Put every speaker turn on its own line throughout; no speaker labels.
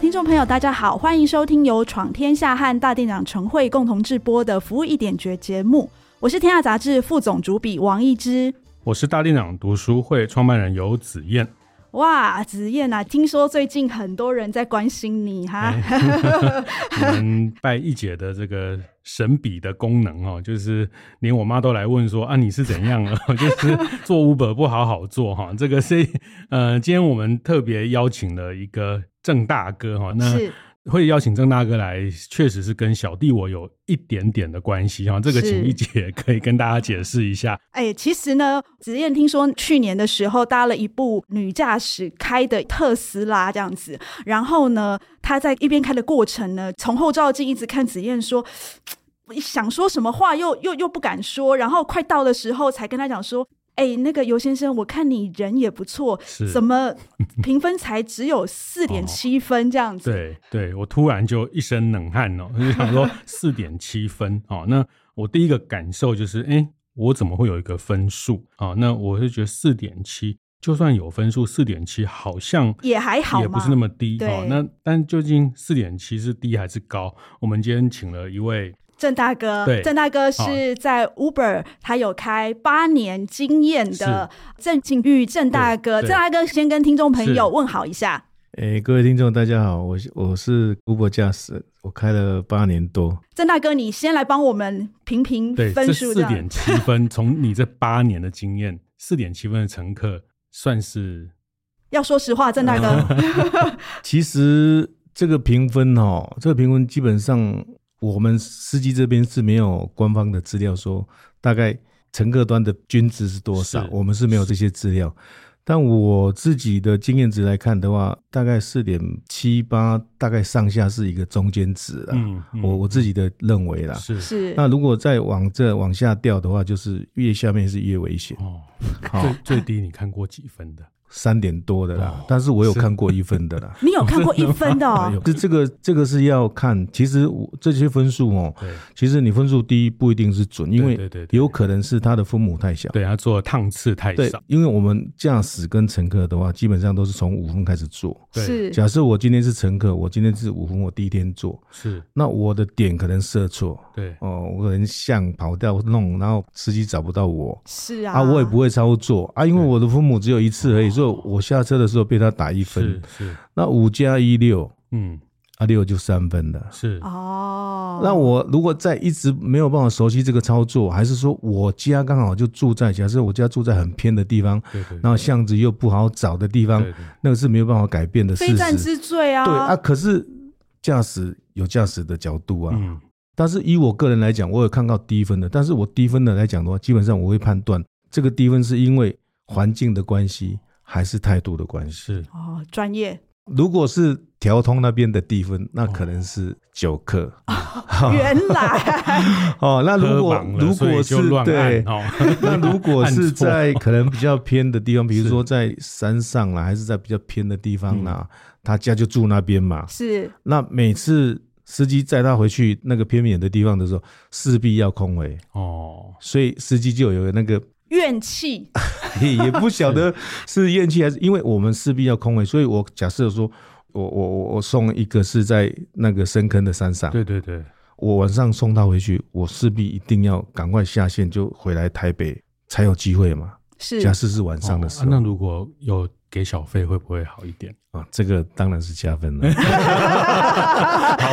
听众朋友，大家好，欢迎收听由《闯天下》和大店长陈慧共同制播的《服务一点绝》节目，我是天下杂志副总主笔王一之。
我是大店长读书会创办人游子燕。
哇，子燕啊，听说最近很多人在关心你哈，
我们拜一姐的这个神笔的功能哦， 就是连我妈都来问说啊 你是怎样了，就是做 Uber 不好好做哈、这个是呃，今天我们特别邀请了一个郑大哥哈、那
是
会邀请郑大哥来，确实是跟小弟我有一点点的关系哈、这个
是
请一姐可以跟大家解释一下。
哎、其实呢，子燕听说去年的时候搭了一部女驾驶开的特斯拉这样子，然后呢，她在一边开的过程呢，从后照镜一直看子燕说。想说什么话又又又不敢说，然后快到的时候才跟他讲说：“哎、那个尤先生，我看你人也不错，
是哦
怎 么评分才只有四点七分这样子？”
对对，我突然就一身冷汗哦， 就想说四点七分哦。那我第一个感受就是，哎，我怎么会有一个分数啊、哦？那我就觉得四点七，就算有分数，四点七好像
也还好嘛，
也不是那么低哦
对。
那但究竟四点七是低还是高？我们今天请了一位
郑大哥
对，哦
郑大哥是在 Uber，他有开八年经验的郑景玉郑大哥。
对对
郑大哥先跟听众朋友
是
问好一下，
诶，各位听众，大家好，我是我是 Uber 驾驶，我开了八年多，
郑大哥，你先来帮我们评评
对
分
这
数，
四点七分，从你这八年的经 验，四点七分的乘客算是
要说实话，郑大
哦
哥，
其实这个评分哦，这个评分基本上我们司机这边是没有官方的资料说大概乘客端的均值是多少
是，
我们是没有这些资料。但我自己的经验值来看的话，大概四点七八，大概上下是一个中间值啦。
嗯，嗯
我我自己的认为啦。
是
是。
那如果再往这往下掉的话，就是越下面是越危险。
哦，
好，
最最低你看过几分的？
三点多的啦，
哦
但是我有
是
看过一分的啦啊
你有看过一分的 哦？
这这个这个是要看，其实我这些分数哦，
对。
其实你分数低不一定是准，因
对
为
对对对
有可能是他的分母太小。
对他做烫次太
对
少，，
因为我们驾驶跟乘客的话，基本上都是从五分开始做。
对
是
假设我今天是乘客，我今天是五分，我第一天做，
是，
那我的点可能设错
对，
哦，我可能像跑掉弄，然后司机找不到我，
是啊，
啊，我也不会操作啊，因为我的分母只有一次而已，所以我下车的时候被他打一
哦是
分。
是，
那五加一六
嗯，
啊，六就三分了。
是
哦。
那我如果在一直没有办法熟悉这个操作，还是说我家刚好就住在，假设我家住在很偏的地方，
对对，
然后巷子又不好找的地方
对，对
那个是没有办法改变的事
非战
实。
之罪啊，
对啊，可是驾驶有驾驶的角度啊，
嗯，
但是以我个人来讲，我有看到低分的，但是我低分的来讲的话，基本上我会判断这个低分是因为环境的关系还是态度的关系。
是
哦，专 业
如果是调通那边的低分，那可能是九克
原来
哦。那
啊
如
喝
果
忙了
如
所以
果
就是乱按
对，
哦，
那如果
按
是
错
在可能比较偏的地方，比如
是嗯
说在山上啦，还是在比较偏的地方啦，他家就住那边嘛，
是
那每次。司机载他回去那个偏远的地方的时候，势必要空位，
哦，
所以司机就有那个
怨气，
也也不晓得是怨气还是因为我们势必要空位，所以我假设说，我我我我送一个是在那个深坑的山上，
对对对，
我晚上送他回去，我势必一定要赶快下线就回来台北才有机会嘛。
是
假设是晚上的
哦
时
啊
候、
那如果有给小费会不会好一点？
啊，这个当然是加分了。
好，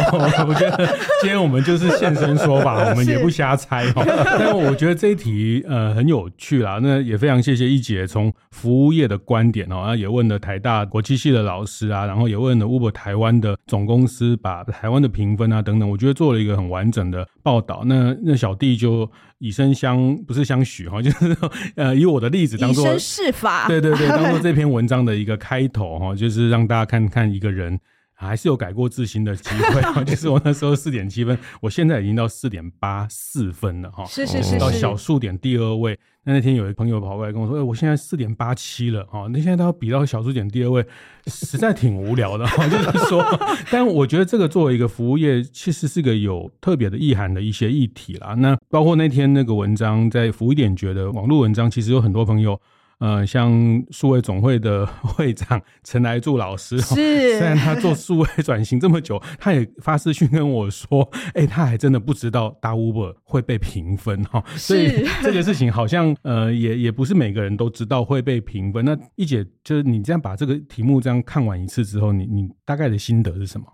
我觉得今天我们就是现身说 法，我们也不瞎猜哈、 但我觉得这一题呃很有趣啦，那也非常谢谢一姐从服务业的观点哦，啊也问了台大国际系的老师啊，然后也问了 Uber 台湾的总公司把台湾的评分啊等等，我觉得做了一个很完整的报道。那那小弟就以身相不是相许哈、就是说呃以我的例子当
以
做
身试法，
对对对，当做这篇文章的一个开头哈，就是让大家看看一个人还是有改过自新的机会啊。就是我那时候四点七分，我现在已经到四点八四分了哈。
是是是
哦到
是，
小数点第二位。那那天有一朋友跑过来跟我说：“哎、我现在四点八七了哦，那现在他要比到小数点第二位，实在挺无聊的。哦” 就是说，但我觉得这个作为一个服务业，其实是个有特别的意涵的一些议题啦。那包括那天那个文章在服务一点觉得网络文章，其实有很多朋友。呃，像数位总会的 会长陈来柱老师，哦
是
虽然他做数位转型这么久，他也发私讯跟我说，哎、他还真的不知道大 Uber 会被评分哈、哦，所以
是
这个事情好像呃也也不是每个人都知道会被评分。那一姐就是你这样把这个题目这样看完一次之后，你你大概的心得是什么？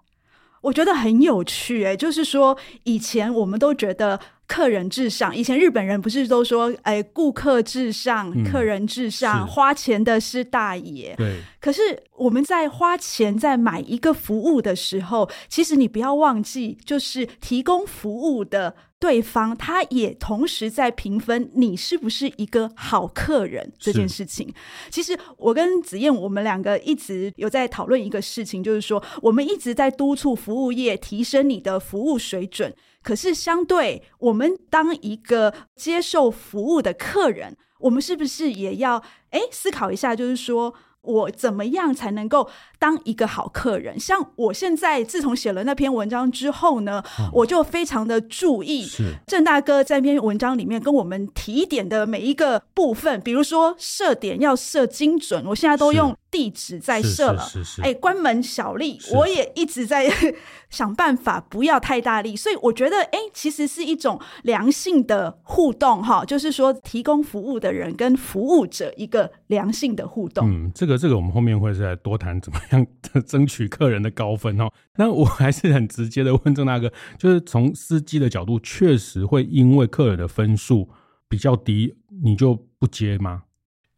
我觉得很有趣、哎，就是说以前我们都觉得客人至上，以前日本人不是都说，哎，顾客至上，
嗯
客人至上，
是
花钱的是大爷。
对，
可是我们在花钱在买一个服务的时候，其实你不要忘记，就是提供服务的对方，他也同时在评分你是不是一个好客人这件事情。其实我跟子燕，我们两个一直有在讨论一个事情，就是说我们一直在督促服务业提升你的服务水准。可是相对我们当一个接受服务的客人，我们是不是也要诶思考一下，就是说。我怎么样才能够当一个好客人？像我现在自从写了那篇文章之后呢，我就非常的注意
是
郑大哥在篇文章里面跟我们提点的每一个部分，比如说设点要设精准，我现在都
是
用地址在设了。
是是
哎、关门小力，
是
我也一直在 想办法不要太大力，所以我觉得，哎、其实是一种良性的互动哈，就是说提供服务的人跟服务者一个良性的互动。
嗯，这个这个我们后面会再多谈怎么样争取客人的高分哦。那我还是很直接的问郑大哥，就是从司机的角度，确实会因为客人的分数比较低，你就不接吗？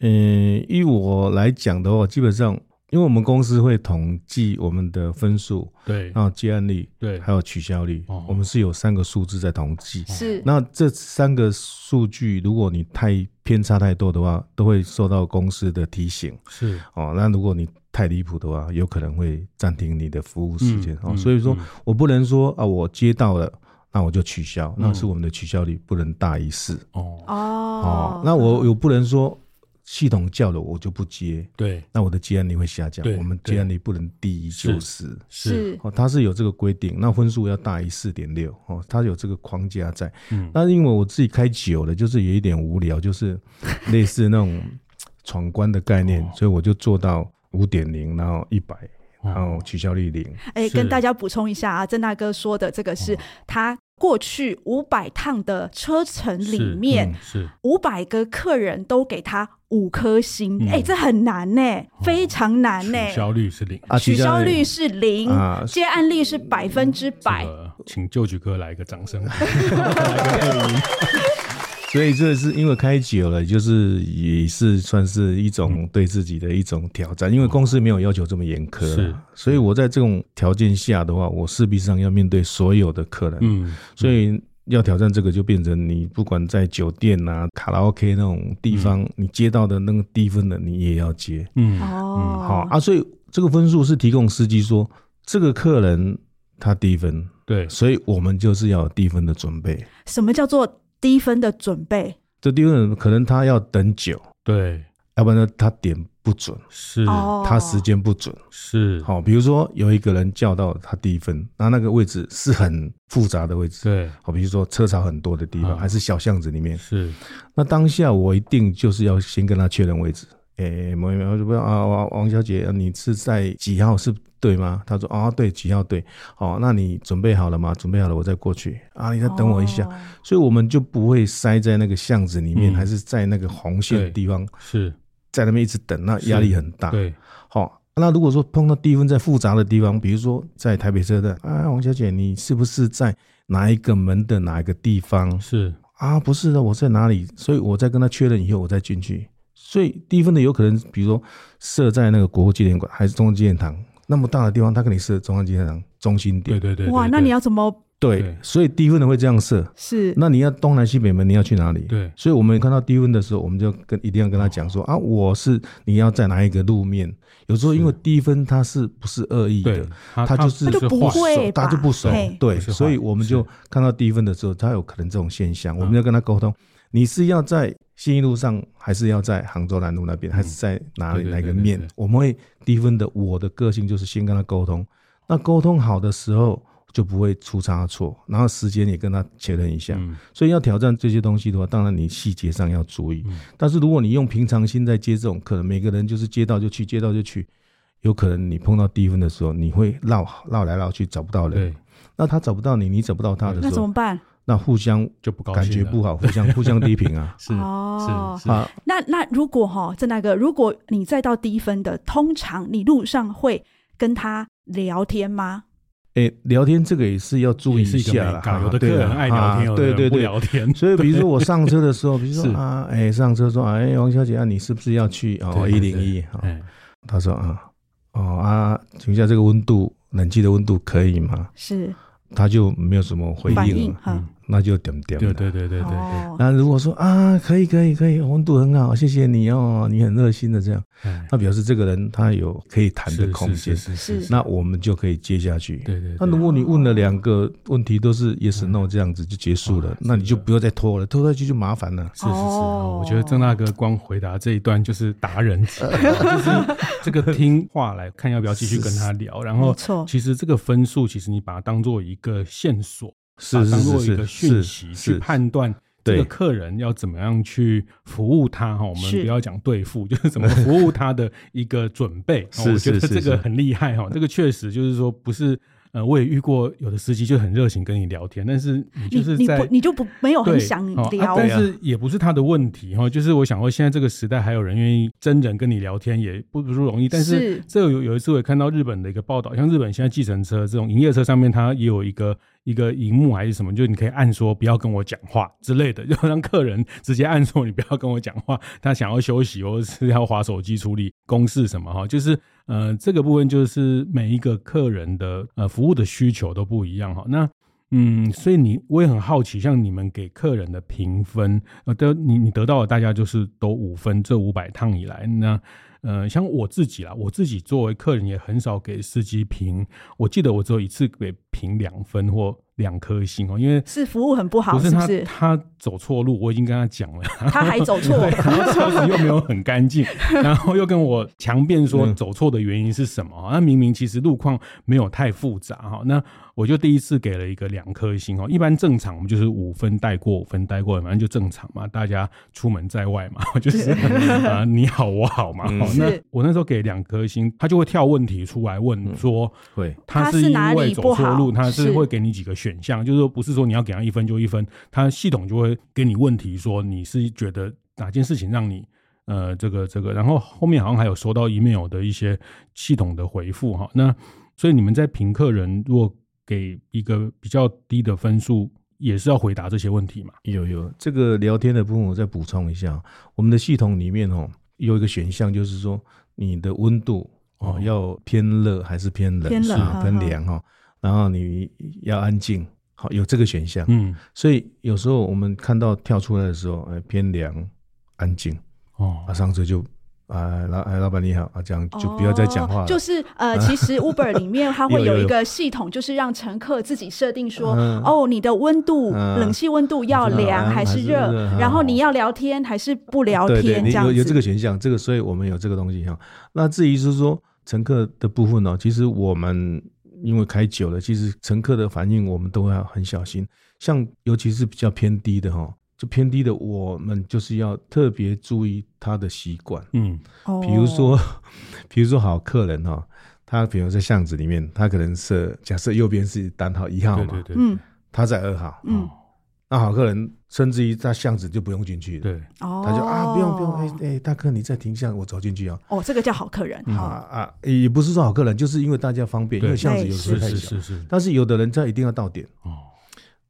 嗯，依我来讲的话，基本上因为我们公司会统计我们的分数，
对
然后接案率，
对
还有取消率
哦，
我们是有三个数字在统计。
是
那这三个数据，如果你太偏差太多的话，都会受到公司的提醒
是
哦。那如果你太离谱的话，有可能会暂停你的服务时间、
嗯嗯
哦。所以说
嗯
我不能说啊，我接到了，那我就取消，
嗯
那是我们的取消率不能大于四
哦，
哦嗯
哦。那我我不能说系统叫了我就不接，
对
那我的接案率会下降
对，
我们接案率不能低于九十。
是
哦，它是有这个规定，那分数要大于四点六哦，它有这个框架在。
嗯
那因为我自己开久了，就是有一点无 聊，就是类似那种闯关的概
哦
念，所以我就做到五点零，然后一百，然后取消率零。
哎、
是哦
跟大家补充一下啊，郑大哥说的这个是他过去五百趟的车程里
是嗯
面，
是
五百个客人都给他五颗星，哎、
嗯
这很难呢、非常难呢、
取消率是零。
啊，
取消率
率
是零，
啊
接案率是百分之百。哦
呃，请旧局哥来一个掌声，来个配音。
所以这是因为开久了，就是也是算是一
嗯
种对自己的一种挑战，因为公司没有要求这么严苛，
是，
所以我在这种条件下的话，我势必上要面对所有的客人，
嗯，
所以要挑战这个，就变成你不管在酒店啊、卡拉 OK 那种地方，你接到的那个低分的，你也要接。
嗯
哦，
好、啊，所以这个分数是提供司机说这个客人他低分，
对，
所以我们就是要有低分的准备。
什么叫做低分的准备？
这低分可能他要等久，
对，
要不然他点不准，
是
哦，
他时间不准。
是，
好、比如说有一个人叫到他低分，那那个位置是很复杂的位置。
对，
好，比如说车潮很多的地
嗯
方，还是小巷子里面，
是，
那当下我一定就是要先跟他确认位置。诶、某一秒就问啊，王王小姐，你是在几号是对吗？她说啊，对，几号对。哦，那你准备好了吗？准备好了，我再过去。啊，你再等我一下。
哦
所以我们就不会塞在那个巷子里面，
嗯
还是在那个红线的地方，
是，
在那边一直等，那压力很大。
对，
好、那如果说碰到低分在复杂的地方，比如说在台北车站，啊，王小姐，你是不是在哪一个门的哪一个地方？
是，
啊，不是的，我在哪里？所以我再跟他确认以后，我再进去。所以低分的有可能，比如说设在那个国父纪念馆还是中央纪念堂那么大的地方，他给你设中央纪念堂中心
对
点。
对对。
哇，
对
那你要怎么
对，
对
所以低分的会这样设。
是？
那你要东南西北门，你要去哪里？
对
所以我们看到低温的时候，我们就跟一定要跟他讲说啊，我是你要在哪一个路面，有时候因为
是
低分他是不是恶意
对
的，，
他
他就是
他就不
坏
会吧，
他就不熟
嘿，
对，
是
所以
坏
我们
是
就看到低分的时候，他有可能这种现象，我
嗯
们要跟他沟通，你是要在新一路上，还是要在杭州南路那边，还是在哪
对
里
嗯对
哪
对
个
对
面
对？
我们会低分的，我的个性就是先跟他沟通，那沟通好的时候就不会出差错，然后时间也跟他确认一下，
嗯
所以要挑战这些东西的话，当然你细节上要注意。
嗯
但是如果你用平常心在接这种课，每个人就是接到就去，接到就去，有可能你碰到低分的时候，你会绕绕来绕去找不到人
对。，
那他找不到你，你找不到他的
那
时
怎
候，
么办？
那互相
就不高兴
感觉
了。
不好，互 相互相低评啊
是
哦
是是
啊，
那那如果哈，郑大哥，如果你再到低分的，通常你路上会跟他聊天吗？
诶，聊天这个也是要注意
也是一个
下
美
啦
感
哈
有的客
对
人
啊
爱聊
啊
天，有的
对
人
对
不
对，
聊天，
所以，比如说我上车的时候，比如
是
说啊，哎、上车说，哎、王小姐啊，你是不是要去哦
对对
一零
对
一？哦
哎
他说啊，哦啊，请问一下这个温度，冷气的温度可以吗？
是
他就没有什么回
反
应
应
了，
哈。
嗯
那就点点
对
了。
对对对对对，
哦，
那如果说啊，可以可以可以，温度很好，谢谢你哦，你很热心的这样，
哎
那表示这个人他有可以谈的
是
空
是
间，
是
是
是是，
那我们就可以接下去。
对对，
那
对
如果你问了两个问题都是 yes no 这样子就结束
哇
了，那你就不要再拖了，拖下去就麻烦了。
是是是，
哦
我觉得郑大哥光回答这一段就是达人级， 就是这个听话来看要不要继续跟他聊，然
没
后
错，
其实这个分数，其实你把它当做一个线索，
是
把它
是
当做一
是
个
是
讯息
是
去
是，
判断。这个
对
客人要怎么样去服务他哈？我们
是
不要讲对 付，就是怎么服务他的一个准备。哦
是
我觉得
是是
这个
是
很厉害哈，这个确实就是说不是呃，我也遇过有的司机就很热情跟你聊天，但是你
你
就是
你
在
不你就不没有很
对
想
哦啊
聊，
但是也不是他的问题哈、哦。就是我想说，现在这个时代还有人愿意真人跟你聊天，也不不容易。但是
是
这有有一次我也看到日本的一个报道，像日本现在计程车这种营业车上面，它也有一个一个荧幕还是什么，就是你可以按说不要跟我讲话之类的， 就让客人直接按说你不要跟我讲话，他想要休息或者是要划手机处理公事什么哈、就是。呃，这个部分就是每一个客人的呃服务的需求都不一样哈、那嗯，所以你我也很好奇，像你们给客人的评分，呃，得你你得到的大家就是都五分，这五百趟以来，那呃，像我自己啦，我自己作为客人也很少给司机评，我记得我只有一次给评两分或两颗星哦，因为
是服务很不好，
不
是不
他
是？
他走错路，我已经跟他讲了，
他还走错，
对，然后车子又没有很干净，然后又跟我强辩说走错的原因是什么？那明明其实路况没有太复杂哈，那我就第一次给了一个两颗星哦。一般正常我们就是五分带过，五分带过，反正就正常嘛，大家出门在外嘛，就是啊、你好我好嘛。
嗯
哦那
是
我那时候给两颗星，他就会跳问题出来问说。
会
他
他
是
是
因
哪
为
里
走
不
错
好
路，他是
是
会给你几个选项，就是说不是说你要给他一分就一分，他系统就会给你问题，说你是觉得哪件事情让你呃这个这个，然后后面好像还有收到 email 的一些系统的回复哈。那所以你们在评客人，如果给一个比较低的分数，也是要回答这些问题嘛？
有有这个聊天的部分，我再补充一下，哦我们的系统里面哦有一个选项，就是说你的温度哦
哦
要偏热还是偏冷，
偏冷
是吧
嗯
偏
嗯
凉哦，然后你要安静，好有这个选项。
嗯，
所以有时候我们看到跳出来的时候，哎，偏凉、安静，
哦
啊，，上车就啊，老哎，老板你好啊，这样就不要再讲话了。
哦就是 呃，其实 Uber 里面它会
有有
有一
有
个系统，就是让乘客自己设定说，
嗯
哦，你的温度、
嗯
冷气温度要凉
嗯
还是
还
热
是热，
然后
哦
你要聊天还是不聊
对对，
天
你
哦这样
有有这
子。
个选项，这个所以我们有这个东西哈。那至于是说乘客的部分呢、其实我们因为开久了，其实乘客的反应我们都要很小心。像尤其是比较偏低的哈，就偏低的，我们就是要特别注意他的习惯。
嗯，
哦
比如说， 比如说好客人哈、他比如在巷子里面，他可能是假设右边是单号一号
对
嘛，
对对，哦
嗯
他在二号，
嗯，
那好客人甚至于在巷子就不用进去了，
对，
哦，
他就啊不用不用，哎、哎、大哥你在停下，我走进去啊。
哦，这个叫好客人，
嗯
啊
好
啊，也不是说好客人，就是因为大家方便，
对
因为巷子有时
是
候太
是
小，
是是，
但是有的人他一定要到点。
哦，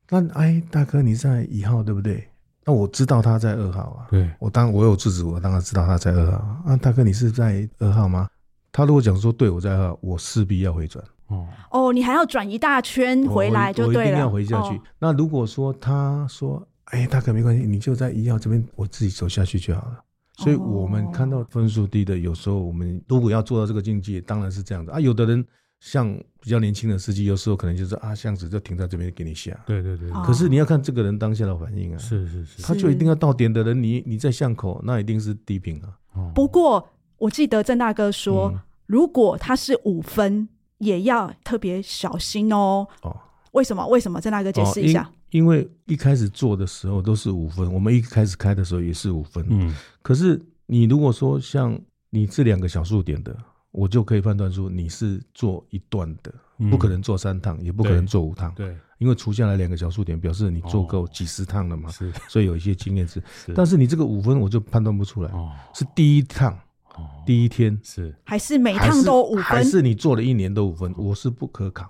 那哎，大哥你在一号对不对？那我知道他在二号啊，
对，
我当我有制止，我当然知道他在二号啊啊。大哥，你是在二号吗？他如果讲说对我在二号，我势必要回转，
哦，
哦，你还要转一大圈嗯回来就
哦我一我
对
一定
了，
要回下去。
哦
那如果说他说，哎，大哥没关系，你就在一号这边，我自己走下去就好了。
哦
所以我们看到分数低的，有时候我们如果要做到这个境界，当然是这样子啊。有的人像比较年轻的司机，有时候可能就是啊，箱子就停在这边给你下。
对对对，对
哦
可是你要看这个人当下的反应啊，
是是是，
他就是一定要到点的人，你你在巷口那一定是低频啊。
哦
不过我记得郑大哥说，
嗯
如果他是五分，也要特别小心哦。
哦，
为什么？为什么？郑大哥解释一下
哦。因因为一开始做的时候都是五分，我们一开始开的时候也是五分。
嗯
可是你如果说像你这两个小数点的，我就可以判断出你是做一段的，
嗯
不可能做三趟，也不可
对
能做五趟，
对
因为除下来两个小数点，表示你做够
哦
几十趟了嘛，
是，
所以有一些经验是。
是
但是你这个五分我就判断不出来，
哦
是第一趟
哦
第一天，
是哦
还是每
还
趟
是
都五
还
分？
是你做了一年都五分，我是不可考。
嗯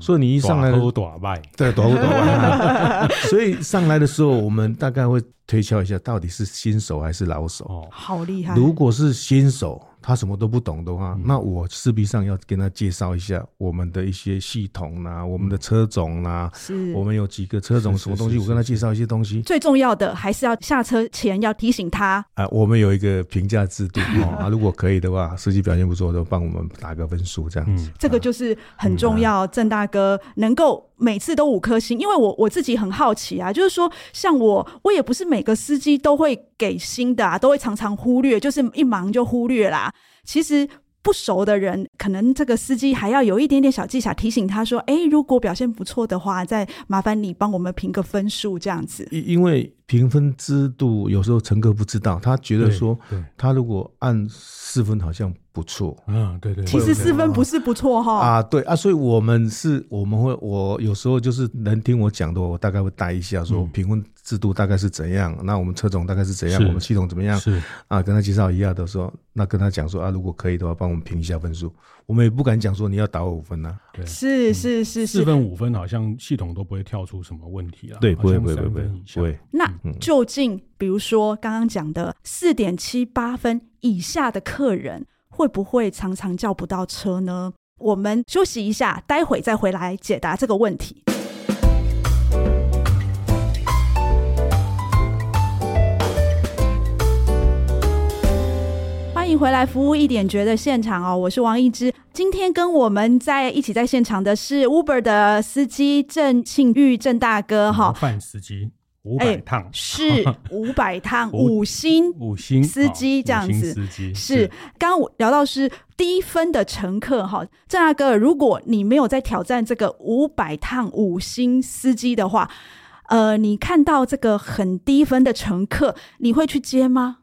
所以你一上来
都打败，
对，多不多？ 所以上来的时候，我们大概会推敲一下，到底是新手还是老手。
哦
好厉害！嗯
如果是新手，他什么都不懂的话，那我势必上要跟他介绍一下我们的一些系统啦、我们的车种啦、
嗯是
我们有几个车种
是是
什么东西，
是
我跟他介绍一些东西。
最重要的，还是要下车前要提醒他。
啊，我们有一个评价制 度哦啊，如果可以的话，司机表现不错的，帮我们打个分数这样子。
这个就是很重
嗯
要，郑大哥能够每次都五颗星，因为我我自己很好奇啊，就是说像我，我也不是每个司机都会给星的啊，都会常常忽略，就是一忙就忽略啦。其实不熟的人，可能这个司机还要有一点点小技巧提醒他说，诶，如果表现不错的话，再麻烦你帮我们评个分数这样子。
因因为评分制度有时候乘客不知道，他觉得
对
说
对，
他如果按四分好像不错，
嗯对对，对
其实
对
四分不是不错
哦
哈，
啊，对啊，所以我们是，我们会，我有时候就是能听我讲的，我大概会带一下，说
嗯
评分制度大概是怎样，那我们车种大概是怎样，
是
我们系统怎么样
是
啊，跟他介绍一下的时候，那跟他讲说啊，如果可以的话，帮我们评一下分数，我们也不敢讲说你要打我五分呐、啊
对嗯
是是是
四
是。
分五分好像系统都不会跳出什么问题啊，
对，
好
不会，
像
不会，
三
不会，
分以
不
下
会，
那
嗯
究竟，比如说刚刚讲的四点七八分以下的客人，会不会常常叫不到车呢？我们休息一下，待会再回来解答这个问题。欢迎回来，服务一点觉的现场哦，我是王一之。今天跟我们在一起在现场的是 Uber 的司机郑庆玉郑大哥哈、
模范司机五
哎
百趟
是五百趟
五
五星。
五星
司
哦
机这样
五星
子
司机
是，刚刚我聊到是低分的乘客哈，郑大哥，如果你没有在挑战这个五百趟五星司机的话，呃，你看到这个很低分的乘客，你会去接吗？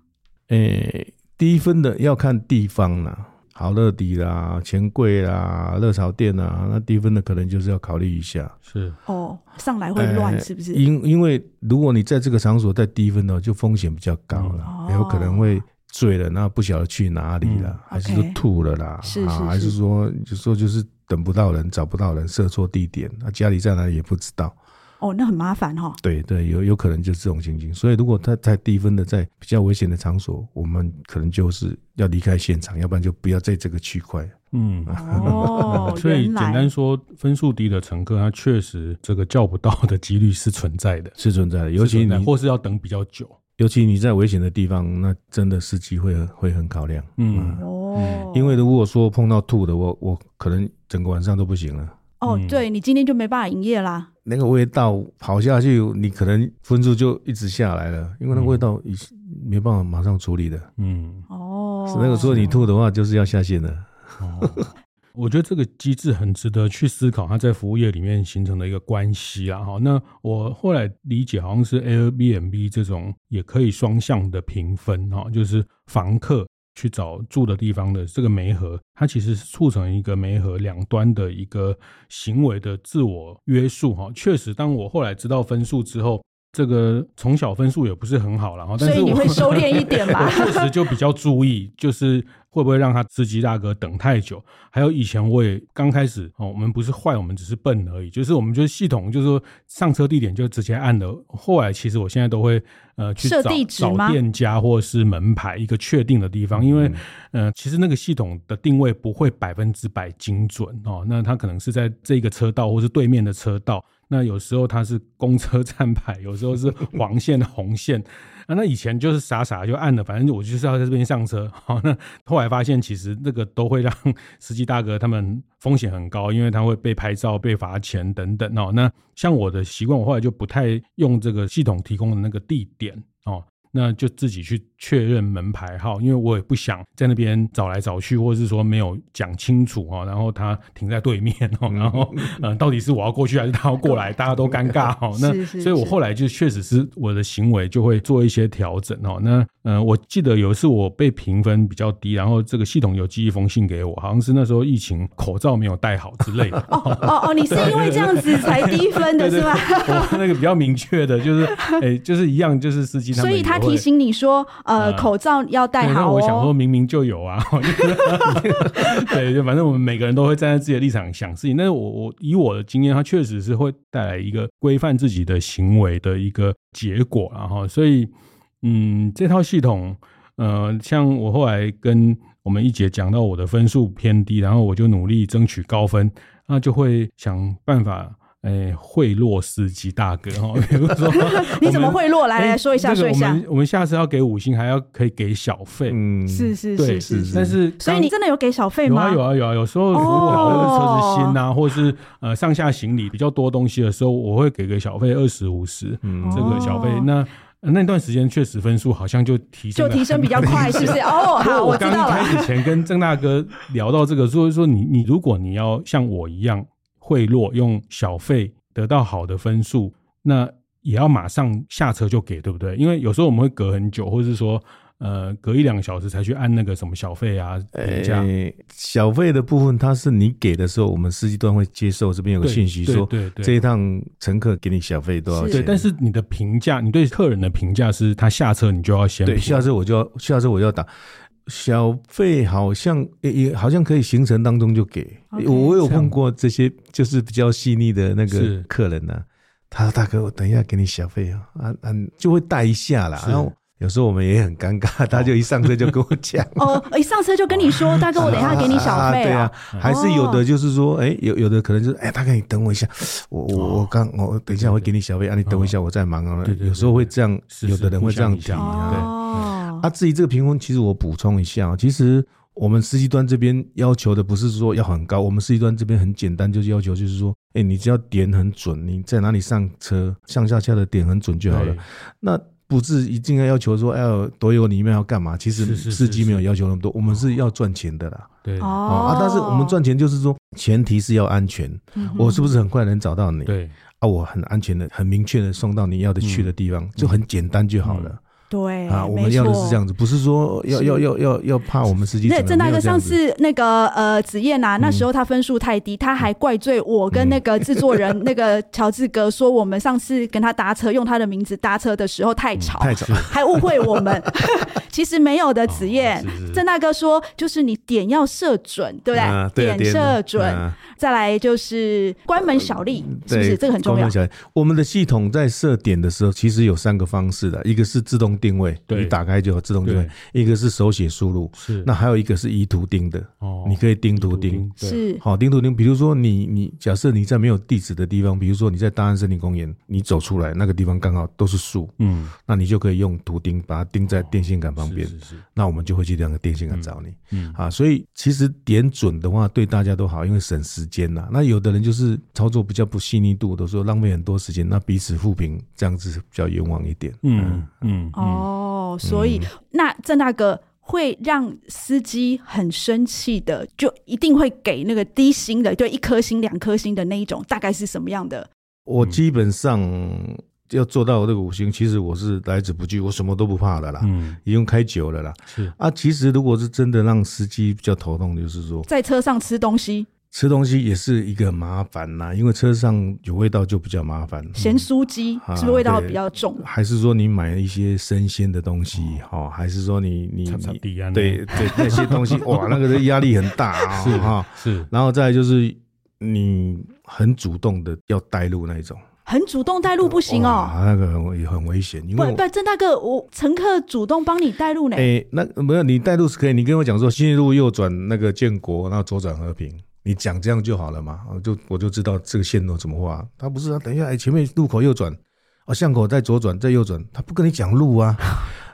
诶，低分的要看地方啦、好乐迪啦、钱柜啦、热潮店啦，那低分的可能就是要考虑一下。
是
哦，上来会乱
呃
是不是？
因因为如果你在这个场所再低分呢，就风险比较高了，
嗯
也有可能会醉了，那不晓得去哪里了，还是说
OK
吐了啦，
是是
啊，还是
是
说就说就是等不到人，找不到人，设错地点，那、家里在哪里也不知道。
哦，那很麻烦 哈、
对对，有有可能就是这种情形。所以如果他在低分的，在比较危险的场所，我们可能就是要离开现场，要不然就不要在这个区块。
嗯。，
哦
所以
原
简
来
单说，分数低的乘客，他确实这个叫不到的几率是存在的，
是存在的，尤
是
其
存在
你，
或是要等比较久。
尤其你在危险的地方，那真的司机会很会很考量。
嗯，
哦，
因为如果说碰到吐的，我我可能整个晚上都不行了。
哦，
嗯
对你今天就没办法营业啦。
那个味道跑下去，你可能分数就一直下来了，因为那个味道已没办法马上处理的。
嗯，
嗯哦，
那个时候你吐的话，就是要下线了。
哦，我觉得这个机制很值得去思考，它在服务业里面形成的一个关系啦。哈，那我后来理解好像是 Airbnb 这种也可以双向的评分哈，就是房客去找住的地方的这个媒合，它其实是促成一个媒合两端的一个行为的自我约束哈。确实，当我后来知道分数之后。这个从小分数也不是很好了哈，但
所
是
以
我
你会收敛一点吧
我？确实就比较注意，就是会不会让他司机大哥等太久。还有以前我也刚开始哦，我们不是坏，我们只是笨而已，就是我们就是系统就是说上车地点就直接按了。后来其实我现在都会呃去
设
找
地址吗
找店家或是门牌一个确定的地方，因为、呃其实那个系统的定位不会百分之百精准哦，那它可能是在这个车道或是对面的车道。那有时候它是公车站牌， 有时候是黄线、红线。啊，那以前就是傻傻就按了，反正我就是要在这边上车。好，那后来发现其实那个都会让 司机大哥他们风险很高，因为他会被拍照、被罚钱等等哦。那像我的习惯，我后来就不太用这个系统提供的那个地点哦。那就自己去确认门牌号，因为我也不想在那边找来找去，或者是说没有讲清楚哦，然后他停在对面哦，
嗯
然后呃，到底是我要过去还是他要过来，大家都尴尬 哦。那
是是
所以我
是
后来就确实是我的行为就会做一些调整哦。那呃，我记得有一次我被评分比较低，然后这个系统有寄一封信给我，好像是那时候疫情口罩没有戴好之类的。
哦哦哦，你是因为这样子 才低分的
对对
是吧？
对我那个比较明确的 就是，哎、就是一样，就是司机他
所
们
以
也
他
会
提醒你说，呃，
嗯
口罩要戴
对，那
好
我想说，
哦。
明明就有啊。 对，就反正我们每个人都会站在自己的立场想事情。但是我我以我的经验，它确实是会带来一个规范自己的行为的一个结果然后所以，嗯，这套系统，呃，像我后来跟我们一姐讲到我的分数偏低，然后我就努力争取高分，那就会想办法。哎，贿赂司机大哥哈，比如说
你怎么
我们
贿赂？ 来
哎
来说一下，
这
说
个
一
我
下
们。我们下次要给五星，还要可以给小费。
嗯，
是是
对
是是是。哦
但是
所以
刚
你真的有给小费
有
吗？
啊有啊有啊，有时候如果好那个车子新啊，或是呃上下行李比较多东西的时候，我会给个小费二十五十
嗯
这个小费。
哦
那呃那段时间确实分数好像就提升
就
了
提升比较快，是不 是？哦，好，
我
知
刚
道了
一开。始前跟郑大哥聊到这个，所以说你你如果你要像我一样贿赂，用小费得到好的分数，那也要马上下车就给，对不对？因为有时候我们会隔很久，或是说呃隔一两个小时才去按那个什么小费啊
哎
评价。
诶，小费的部分，它是你给的时候，我们司机端会接受这边有个
对
讯息
对
说，
对对
这一趟乘客给你小费多少
是
钱？
对，但是你的评价，你对客人的评价是他下车你就要先
对，
评
下次我就要下次我就要打小费，好像也也好像可以行程当中就给。
OK
我有
这样
碰过这些就是比较细腻的那
是
个客人呢、他说：“大哥，我等一下给你小费啊，啊啊，就会带一下啦。”
是
然后有时候我们也很尴尬，他就一上车就跟我讲。
哦，一上车就 跟你
啊
说，大哥，我等一下给你小费哦
啊对
啊
啊。，还是有的，就是说，哎，有有的可能就是，哎，大哥，你等我一下，我我我刚我等一下我给你小费啊，你等我一下，我在忙啊。
哦对对对
有时候会这样，
是
有的人会这样
互
提
相影响
啊，对。
哦
啊，，至于这个评分，其实我补充一下哦，其实我们司机端这边要求的不是说要很高，我们司机端这边很简单，就是要求就是说，哎，你只要点很准，你在哪里上车、上下车的点很准就好了。
对
那不是一定要要求说，哎呦，多油里面要干嘛？其
是
实
是是
司机没有
是
要求那么多，我们是要赚钱的啦。
对
哦啊，但是我们赚钱就是说，前提是要安全。
嗯哼
我是不是很快能找到你？
对
啊，我很安全的、很明确的送到你要的去的地
嗯
方，就很简单就好了。
对
啊，我们要的是这。
哎没错
样子，不是说要
是
要要要要怕我们司机。
那郑大哥上，次那个呃子燕
嗯
啊，那时候他分数太低，他还怪罪我跟那个制作 人那个乔治哥说，我们上次跟他搭车用他的名字搭车的时候太吵，
嗯太吵 了，
还误会我们。 其实没有的，子燕
哦是是是。
郑大哥说，就是你点要射准，对不
啊对啊
点射准，
啊
再来就是关门小利，是不是？
对
这个很重
关
要
门。小孩我们的系统在设点的时候，其实有三个方式的，一个是自动定位，
对
你打开就有自动定位
对；
一个是手写输入，
是
那还有一个是移图钉的，
哦
你可以钉图钉。
对
是
好，钉图钉，比如说你你假设你在没有地址的地方，比如说你在大安森林公园，你走出来那个地方刚好都是树，
嗯
那你就可以用图钉把它钉在电线杆旁
是
边。
是是
那我们就会去两个电线杆找你、
嗯
啊。所以其实点准的话，对大家都好，因为省时间呐、那有的人就是操作比较不细腻度，都说浪费很多时间，那彼此互评，这样子是比较冤枉一点。
嗯嗯嗯
哦，所以、
嗯
那郑大哥会让司机很生气的，就一定会给那个低薪的，就一颗星、两颗星的那一种，大概是什么样的？
我基本上要做到这个五星，其实我是来之不拒，我什么都不怕的啦，
嗯
已经开久了啦。
是
啊，其实如果是真的让司机比较头痛，就是说
在车上吃东西
吃东西也是一个麻烦呐，因为车上有味道就比较麻烦。
咸酥鸡、
啊
是不是味道
对
比较重？
还是说你买一些生鲜的东西，哦，还是说你你
插插
你
地啊
对对，那些东西，哇，那个的压力很大 啊、
是
哈。
是
然后再来就是你很主动的要带路那一种，
很主动带路不行哦。
哇那个很危也很危险，因
不
为我
不，郑大哥，我乘客主动帮你带路呢。
哎，那没有你带路是可以，你跟我讲说新一路右转那个建国，然后左转和平，你讲这样就好了嘛，我就我就知道这个线路怎么画。他不是啊，等一下，哎，前面路口右转，啊，巷口再左转，再右转，他不跟你讲 路啊。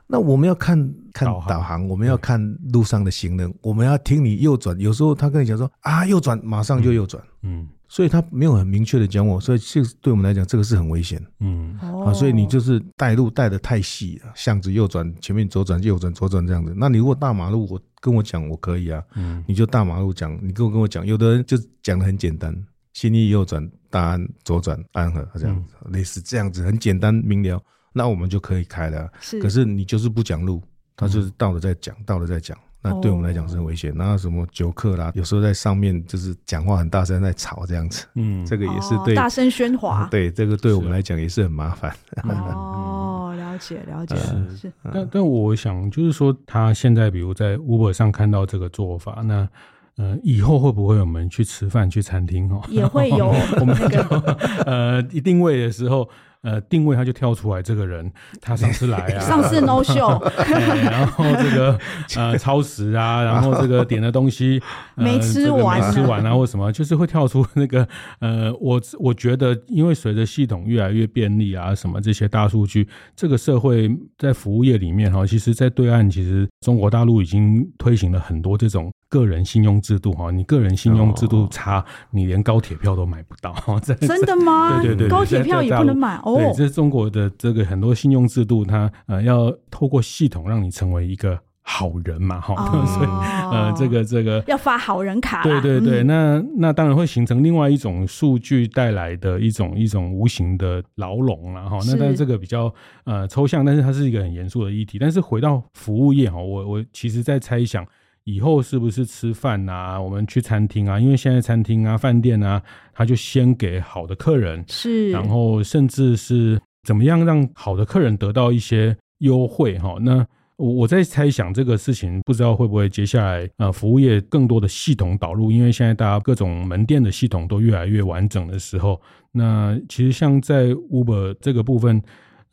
那我们要看看
导航
导航，我们要看路上的行人，我们要听你右转。有时候他跟你讲说啊，右转，马上就右转，
嗯
所以他没有很明确的讲我，所以这个对我们来讲，这个是很危险。
嗯
哦
啊，所以你就是带路带的太细了，巷子右转，前面左转，右转，左转这样子。那你如果大马路，我跟我讲我可以啊，
嗯
你就大马路讲，你跟我跟我讲，有的人就讲的很简单，新义右转，大安左转，安和这样
嗯
子，类似这样子，很简单明了，那我们就可以开了啊、
是嗯
可是你就是不讲路，他就是到了再讲，到了再讲。那对我们来讲是很危
哦
险。那什么酒客啦，有时候在上面就是讲话很大声，在吵这样子，
嗯，
这个也是
哦
对
大声喧哗。
对这个对我们
是
来讲也是很麻烦。嗯
哦，了解了解，
呃
是
是
但但我想就是说，他现在比如在 Uber 上看到这个做法，那呃，以后会不会我们去吃饭去餐厅哦，
也会 有
我们
那
就
个
呃一定位的时候，呃定位他就跳出来这个人，他 上次来啊，
上次 no show
哎然后这个呃超时啊，然后这个点的东西、 呃、
没吃完啊
这个没吃完啊，或什么，就是会跳出那个呃，我我觉得，因为随着系统越来越便利啊，什么这些大数据，这个社会在服务业里面哈，其实，在对岸，其实中国大陆已经推行了很多这种。个人信用制度哈，你个人信用制
哦
度差，你连高铁票都买不到哈，在
真的吗？
对对对
啊高铁票也不能买哦。
对，这是中国的这个很多信用制度，它呃要透过系统让你成为一个好人嘛，哈、 所以呃这个这个。
哦要发好人卡啦，
对对对，
嗯
那那当然会形成另外一种数据带来的一种一种无形的牢笼了哈。那
是
但是这个比较呃抽象，但是它是一个很严肃的议题。但是回到服务业哈，我我其实在猜想以后是不是吃饭啊，我们去餐厅啊，因为现在餐厅啊、饭店啊，他就先给好的客人，
是，
然后甚至是怎么样让好的客人得到一些优惠哈。那我我在猜想这个事情，不知道会不会接下来呃服务业更多的系统导入，因为现在大家各种门店的系统都越来越完整的时候，那其实像在 Uber 这个部分。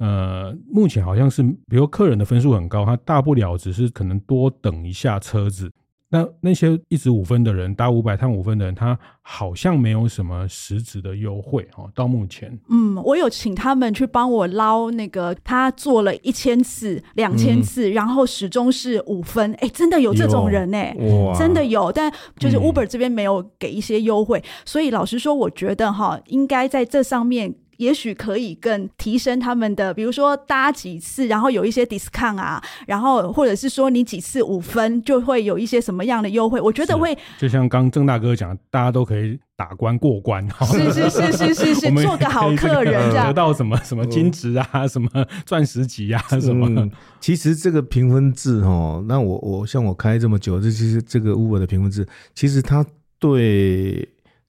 呃，目前好像是，比如客人的分数很高，他大不了只是可能多等一下车子，那那些一直五分的人，打五百探五分的人，他好像没有什么实质的优惠哦。到目前，
嗯，我有请他们去帮我捞那个，他做了一千次、两
嗯
千次，然后始终是五分。哎，真的有这种人哎、
哇
真的有，但就是
嗯
Uber 这边没有给一些优惠，所以老实说，我觉得哈，应该在这上面。也许可以更提升他们的，比如说搭几次，然后有一些 discount 啊，然后或者是说你几次五分就会有一些什么样的优惠，我觉得
是
会
就像刚郑大哥讲，大家都可以打关 过关哦。
是是是是是 是
我们
做个好
也可以
客人这
得
样，
到什么什么金值啊，什么钻石级啊，什么、
嗯其实这个评分制哦，那我我像我开这么久，这其实这个 Uber 的评分制，其实它对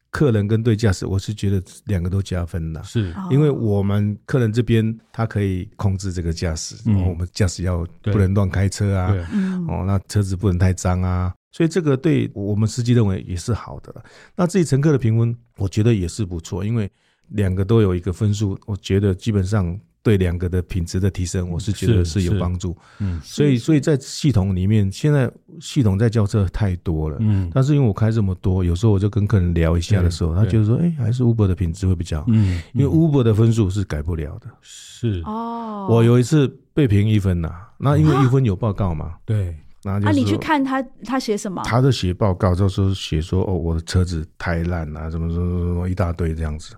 客人跟对驾驶，我是觉得两个都加分啦。
是
哦
呃因为我们客人这边他可以控制这个驾驶，哦
嗯
我们驾驶要
对
不能乱开车啊，
对，
嗯
哦，那车子不能太脏啊，所以这个对我们司机认为也是好的了。那至于乘客的评分，我觉得也是不错，因为两个都有一个分数，我觉得基本上对两个的品质的提升，我是觉得
是
是有
是
帮助。
嗯
所以，所以在系统里面，现在系统在叫车太多了。
嗯
但是因为我开这么多，有时候我就跟客人聊一下的时候，
对
他觉得说，哎、还是 Uber 的品质会比较好，
嗯，
因为 Uber 的分数是改不了的。
是
哦，
我有一次被评一分呐、那因
啊
为一分有报告嘛，
对，
那就
啊，
是
你去
说
看他他写什么？
他的写报告就说写说哦，我的车子太烂啊，怎么怎么怎么一大堆这样子。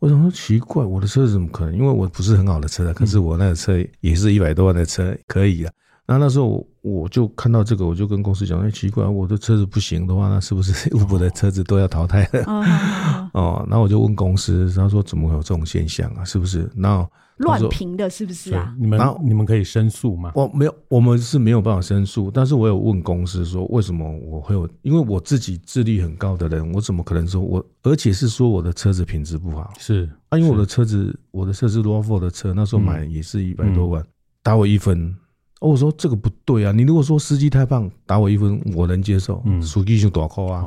我想说奇怪，我的车子怎么可能？因为我不是很好的车啊，可是我那个车也是一百多万的车，可以啊。那那时候我我就看到这个，我就跟公司讲，哎，奇怪，我的车子不行的话，那是不是 Uber 的车子都要淘汰了？
嗯 嗯嗯嗯
哦，那我就问公司，他说怎么会有这种现象啊？是不是？那
乱评的是不是
对
啊？
你们
然后
你们可以申诉吗？
我没有，我们是没有办法申诉，但是我有问公司说为什么我会有，因为我自己智力很高的人，我怎么可能说我，而且是说我的车子品质不好
是
啊？嗯因为我的车子，我的车是 r o v o 的车，那时候买也是一百多万，打我一分，哦，我说这个不对啊！你如果说司机太胖，打我一分，我能接受。
嗯
嗯，司机就多扣啊，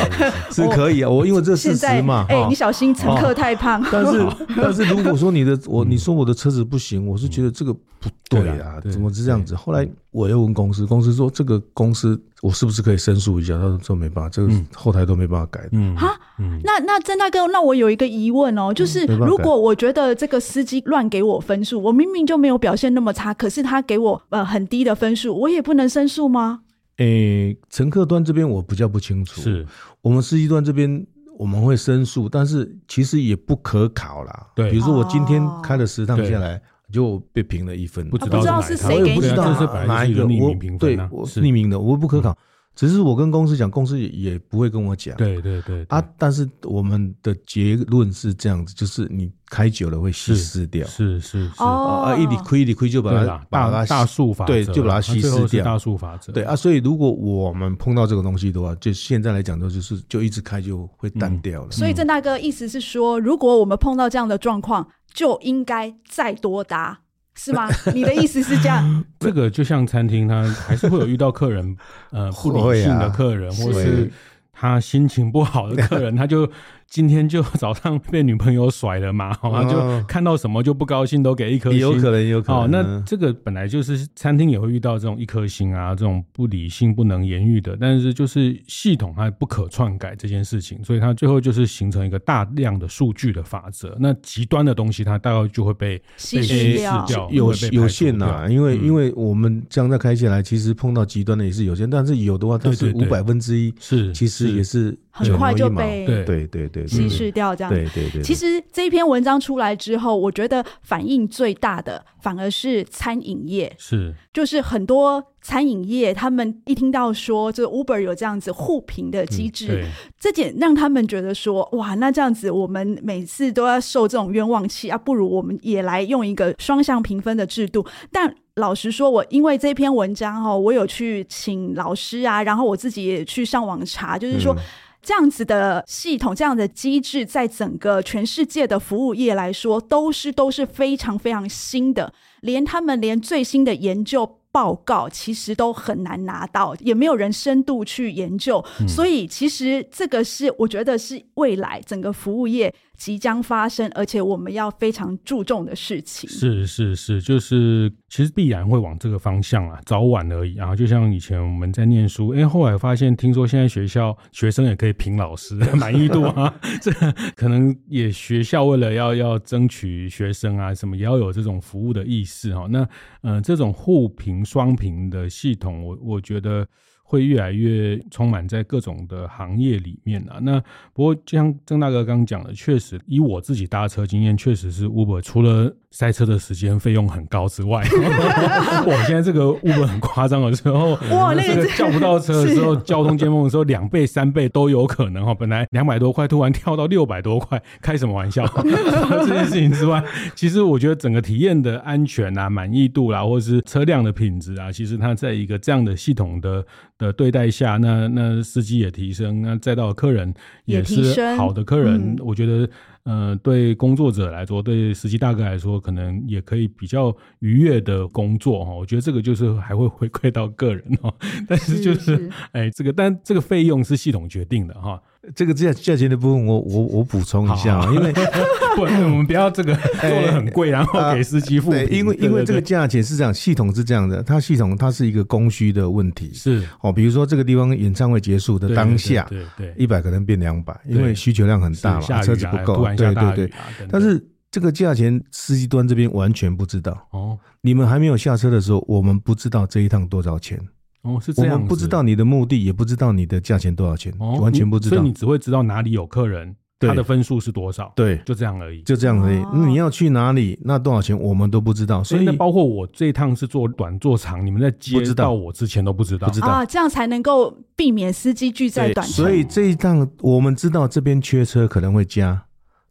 是可以啊。我因为这个
现
事
在
实嘛，
哎、
哈哦
你小心乘客太胖。
但是但是如果说你的我你说我的车子不行，我是觉得这个不对
嗯对啊
啊
对，
怎么是这样子？后来我又问公司，公司说这个公司我是不是可以申诉一下？他说这没办法，这个
嗯
后台都没办法改的。
嗯
哈
嗯，
那那郑大哥，那我有一个疑问哦，就是
嗯没办法
如果我觉得这个司机乱给我分数，我明明就没有表现那么差，可是他给我呃很低的分数，我也不能申诉吗？
诶、乘客端这边我比较不清楚，
是
我们司机端这边我们会申诉，但是其实也不可考啦。
对
比如说我今天
哦
开了十趟
对
下来，就被评了一分，
不
知
知
道
道
啊不知道是谁
我
给
也不
你
知
的
道
啊
这
这
是本
哪
来
一
个
个
匿
我
名评
对
分啊，
我
是嗯
匿名的，我不可考。只是我跟公司讲，公司也也不会跟我讲。
对对对
啊，但是我们的结论是这样子，就是你开久了会稀释掉。
是是是，
哦，
啊，一理亏一理亏就把
对
它
啦，
把它
大大数法则啊
对，就把它稀
最
释
后是
掉。
大数法则，
对啊，所以如果我们碰到这个东西的话，就现在来讲的话，就是就一直开就会
嗯
淡掉了。
所以郑大哥意思是说，如果我们碰到这样的状况，就应该再多答，是 吗？你的意思是这样？
这个就像餐厅，他还是会有遇到客 人，呃，不理
会
性
啊
的客人，或
是
是他心情不好的客人，他就今天就早上被女朋友甩了嘛， 好、他
哦
就看到什么就不高兴，都给一颗
也
星。
有可能，也有可能。
哦，那
嗯
这个本来就是餐厅也会遇到这种一颗星啊，这种不理性、不能言喻的，但是就是系统它不可篡改这件事情，所以它最后就是形成一个大量的数据的法则。那极端的东西，它大概就会被
稀
被
释
稀
掉
释掉
有
会被排除
有限呐、
掉
因为、
嗯
因为我们这样再开下来，其实碰到极端的也是有限，但是有的话，它
对
是
对
五
对
百分之一，
是
其实也是
很快
九
就
牛一毛
被
对
对对对
稀
对
释掉，这样。
对对对。
其实这篇文章出来之后，我觉得反应最大的反而是餐饮业，
是
就是很多餐饮业，他们一听到说这 Uber 有这样子互评的机
嗯
制，
对
这点让他们觉得说，哇，那这样子我们每次都要受这种冤枉气啊，不如我们也来用一个双向评分的制度。但老实说，我因为这篇文章哦，我有去请老师啊，然后我自己也去上网查，就是
嗯
说。这样子的系统，这样的机制，在整个全世界的服务业来说，都是都是非常非常新的，连他们连最新的研究报告其实都很难拿到，也没有人深度去研究，
嗯
所以其实这个是我觉得是未来整个服务业即将发生，而且我们要非常注重的事情。
是是是，就是其实必然会往这个方向啊，早晚而已啊。就像以前我们在念书，哎，后来发现听说现在学校学生也可以评老师 满意度啊，这可能也学校为了要要争取学生啊什么，也要有这种服务的意识哈、那呃，这种互评双评的系统，我我觉得。会越来越充满在各种的行业里面啊。那不过，就像郑大哥刚刚讲的，确实以我自己搭车经验，确实是 Uber 除了塞车的时间费用很高之外， 我现在这个 Uber 很夸张的时候，
哇那个
这个叫不到车的时候，交通尖峰的时候，两倍、三倍都有可能哈、哦。本来两百多块，突然跳到六百多块，开什么玩笑？除 了这件事情之外，其实我觉得整个体验的安全啊、满意度啦、或者是车辆的品质啊，其实它在一个这样的系统的的对待下，那那司机也提升，那再到客人
也提
是
升
好的客人
嗯，
我觉得。呃，对工作者来说，对司机大哥来说，可能也可以比较愉悦的工作哈、哦。我觉得这个就是还会回馈到个人 哦，但是就是
是
哎，这个但这个费用是系统决定的哈，
这个价价钱的部分我，我我补充一下，
好
啊， 因为
不，我们不要这个 做的很贵，然后给司机付
哎呃对，
评。
因为
对
因为这个
对
价钱是这样，系统是这样的，它系统它是一个供需的问题。
是
哦，比如说这个地方演唱会结束的
对
当下，
对对对，
一百可能变两百，因
对
为需求量很
是
大
下雨
嘛，
啊
车子不
突
够，
然下
对
大
对
雨
对。
啊，等等
但是这个价钱，司机端这边完全不知道。
哦
你们还没有下车的时候，我们不知道这一趟多少钱，
哦是
我
这样
们
子，
不知道你的目的，也不知道你的价钱多少钱，
哦，
完全
你
不知
所以
道
你。只会知道哪里有客人，
对
他的分数是多少，
对，
就这样而已。
就这样而已
哦。
那你要去哪里？那多少钱？我们都不知道，
所
所
以
以
那包括我这一趟是做短做长，你们在接
不知道
到我之前都不知道，
不知道
啊，这样才能够避免司机聚在
对
短程。
所以这一趟我们知道这边缺车可能会加，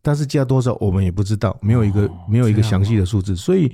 但是加多少我们也不知道，没有一个、
哦
没有一个
这样啊
详细的数字。所以，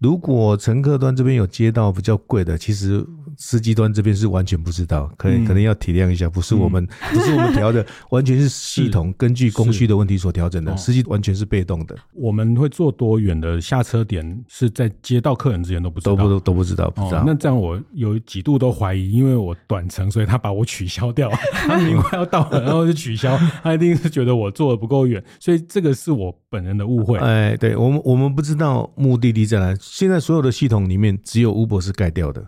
如果乘客端这边有接到比较贵的，其实司机端这边是完全不知道，可能、
嗯
可能要体谅一下，不是我们、 不是我们调的，完全是系 统根据供需的问题所调整的，
是
司机完全是被动的，
我们会做多远的下车点是在接到客人之前都不知道，
都不都都不知道，不知道。
哦，那这样我有几度都怀疑，因为我短程，所以他把我取消掉。 他明明快要到了，然后就取消，他一定是觉得我坐的不够远，所以这个是我本人的误会。
哎，对我们我们不知道目的地在哪。现在所有的系统里面，只有 Uber 是盖掉的，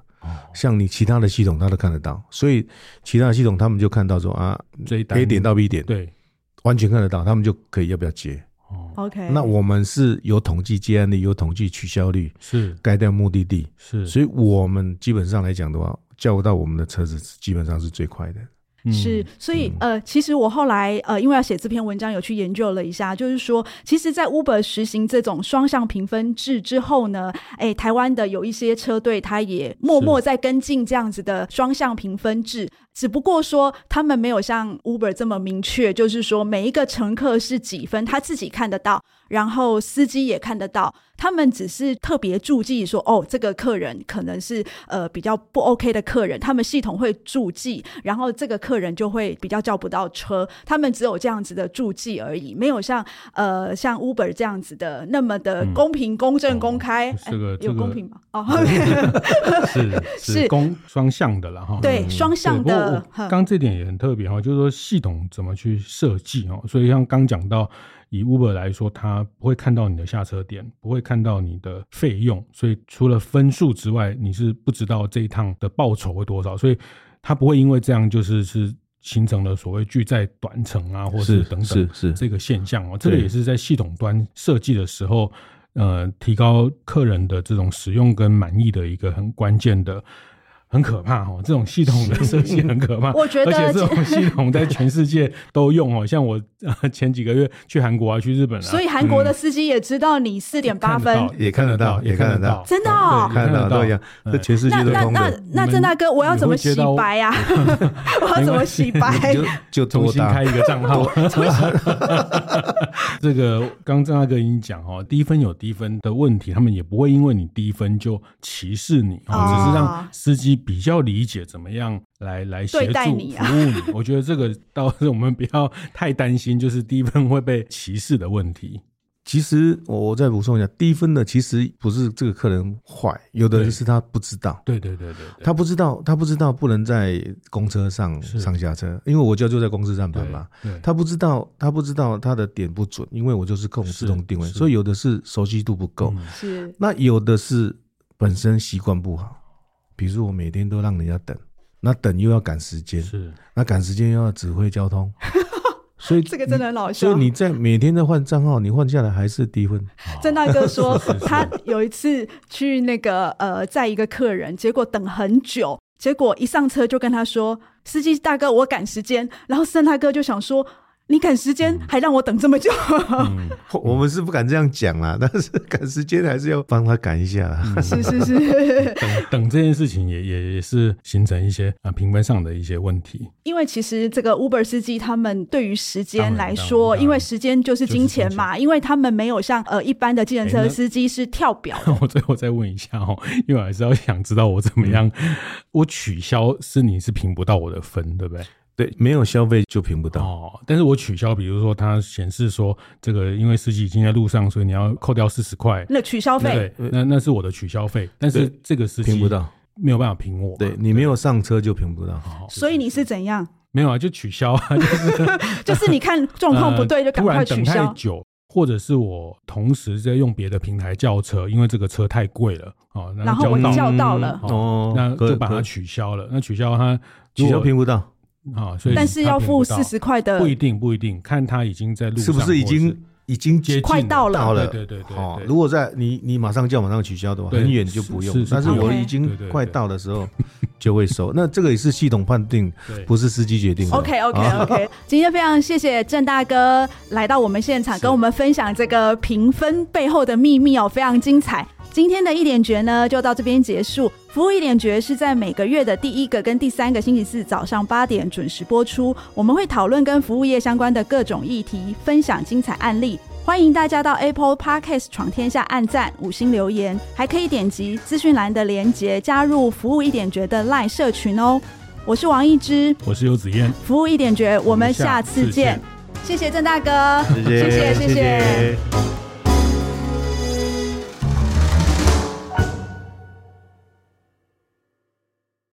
像你其他的系统他都看得到，所以其他的系统他们就看到说啊
这一单
，A 点到 B 点，
对，
完全看得到，他们就可以要不要接。
哦，
OK，
那我们是有统计接案率，有统计取消率，
是
盖掉目的地，
是，
所以我们基本上来讲的话，叫到我们的车子基本上是最快的。
嗯
是，所以呃，其实我后来呃，因为要写这篇文章，有去研究了一下，就是说，其实，在 Uber 实行这种双向评分制之后呢，哎，台湾的有一些车队，它也默默在跟进这样子的双向评分制，只不过说他们没有像 Uber 这么明确，就是说每一个乘客是几分，他自己看得到，然后司机也看得到，他们只是特别注记说，哦，这个客人可能是呃比较不 OK 的客人，他们系统会注记，然后这个客人就会比较叫不到车，他们只有这样子的注记而已，没有像呃像 Uber 这样子的那么的
嗯
公平、公正、
哦
公开，哎
这个
有
这个
公平吗？哦，
是
是
是公双向的了哈。
对，双
嗯对，
向
不过
的
我，
哼
刚这点也很特别哈，就是说系统怎么去设计哦。所以像刚讲到，以 Uber 来说，它不会看到你的下车点，不会看到你的费用，所以除了分数之外，你是不知道这一趟的报酬会多少，所以它不会因为这样就是是形成了所谓拒载短程啊，或
是
等等
是是
这个现象哦。这个
对
也是在系统端设计的时候。呃，提高客人的这种使用跟满意的一个很关键的、很可怕哦。这种系统的设计很可怕，
我觉得
而且这种系统在全世界都用哦。像我、呃、前几个月去韩国啊，去日本啊，
所以韩国的司机也知道你四点八分，
看得到
也嗯看得到
也看得到，嗯
真的哦
对也
看得到都一样，这全世
那
界都
那
通
那
的，
那郑大哥，我要怎么洗白 啊？ 我要怎么洗白？
你就就
重
多
新
大
开一个账号。 这个刚郑大哥已经讲哦，低分有低分的问题，他们也不会因为你低分就歧视你，哦
哦
只是让司机比较理解怎么样来来协
对
助
待
服务
你啊
你。我觉得这个倒是我们不要太担心，就是低分会被歧视的问题。
其实我我再补充一下，低分的其实不是这个客人坏，有的
对
人是他不知道，
对对对对对，
他不知道，他不知道不能在公车上
是
上下车，因为我就就在公司上班
对
嘛。
对
他不知道，他不知道他的点不准，因为我就是控自动定位，
是
所以有的是熟悉度不够，
嗯
是
那有的是本身习惯不好。比如说我每天都让人家等，那等又要赶时间，
是
那赶时间又要指挥交通， 所以
这个真的很好
所
笑
以。你在每天在换账号，你换下来还是低分。
郑大哥说，他有一次去那个呃，载一个客人，结果等很久，结果一上车就跟他说：“司机大哥，我赶时间。”然后郑大哥就想说：“你赶时
嗯
间还让我等这么久？”
哦嗯
我们是不敢这样讲啦，但是赶时间还是要嗯帮他赶一下啦。
是是是。
等 等这件事情也也也是形成一些啊评分上的一些问题。
因为其实这个 Uber 司机他们对于时间来
当然当
说，
然
因为时间就是金钱嘛，因为他们没有像呃一般的计程
哎
车
那
司机是跳表的，
我最后再问一下哦，因为我还是要想知道我怎么样，
嗯
我取消是你是评不到我的分，对不对？
对，没有消费就评不到。
哦，但是我取消，比如说它显示说这个因为司机已经在路上，所以你要扣掉四十块，
那取消费。
对，那那是我的取消费，但是
对
这个司机
评不，到，
没有办法评我嘛，
对你没有上车就评不到。
哦
所以你是怎样？
没有啊，就取消啊，就是
就是你看 状况不对就
呃
赶
突
快
然
取
等太
消。
久，或者是我同时在用别的平台叫车，因为这个车太贵了哦，
然后我
叫
叫到了
嗯
哦，
那
可
就把
可
它取消了。那取消它
取消
如
评不到，
果啊，所以
但是要付
它
四
评
十块
不到，不
的
一，定不一定，看他已经在路上
是不是已
或者
经已经
接近
快到了
到了？
对对对对
哦
对，
如果在你你马上叫马上取消的话，
对
很远就不
是
用
是。是
但是
不用
我已
对对
经
对
快到的时候就会收。那这个也是系统判定，
对
不是司机决定的。啊
OK OK OK，今 天非常谢谢郑大哥来到我们现场，跟我们分享这个评分背后的秘密哦，非常精彩。今天的一点诀呢，就到这边结束。服务一点诀是在每个月的第一个跟第三个星期四早上八点准时播出。我们会讨论跟服务业相关的各种议题，分享精彩案例。欢迎大家到 Apple Podcast 闯天下按赞、五星留言，还可以点击资讯栏的连结加入服务一点诀的 LINE 社群哦。我是王一之，
我是游子燕，
服务一点诀，我们
下
下
次
次见。谢谢郑大哥，
谢
谢谢谢
谢。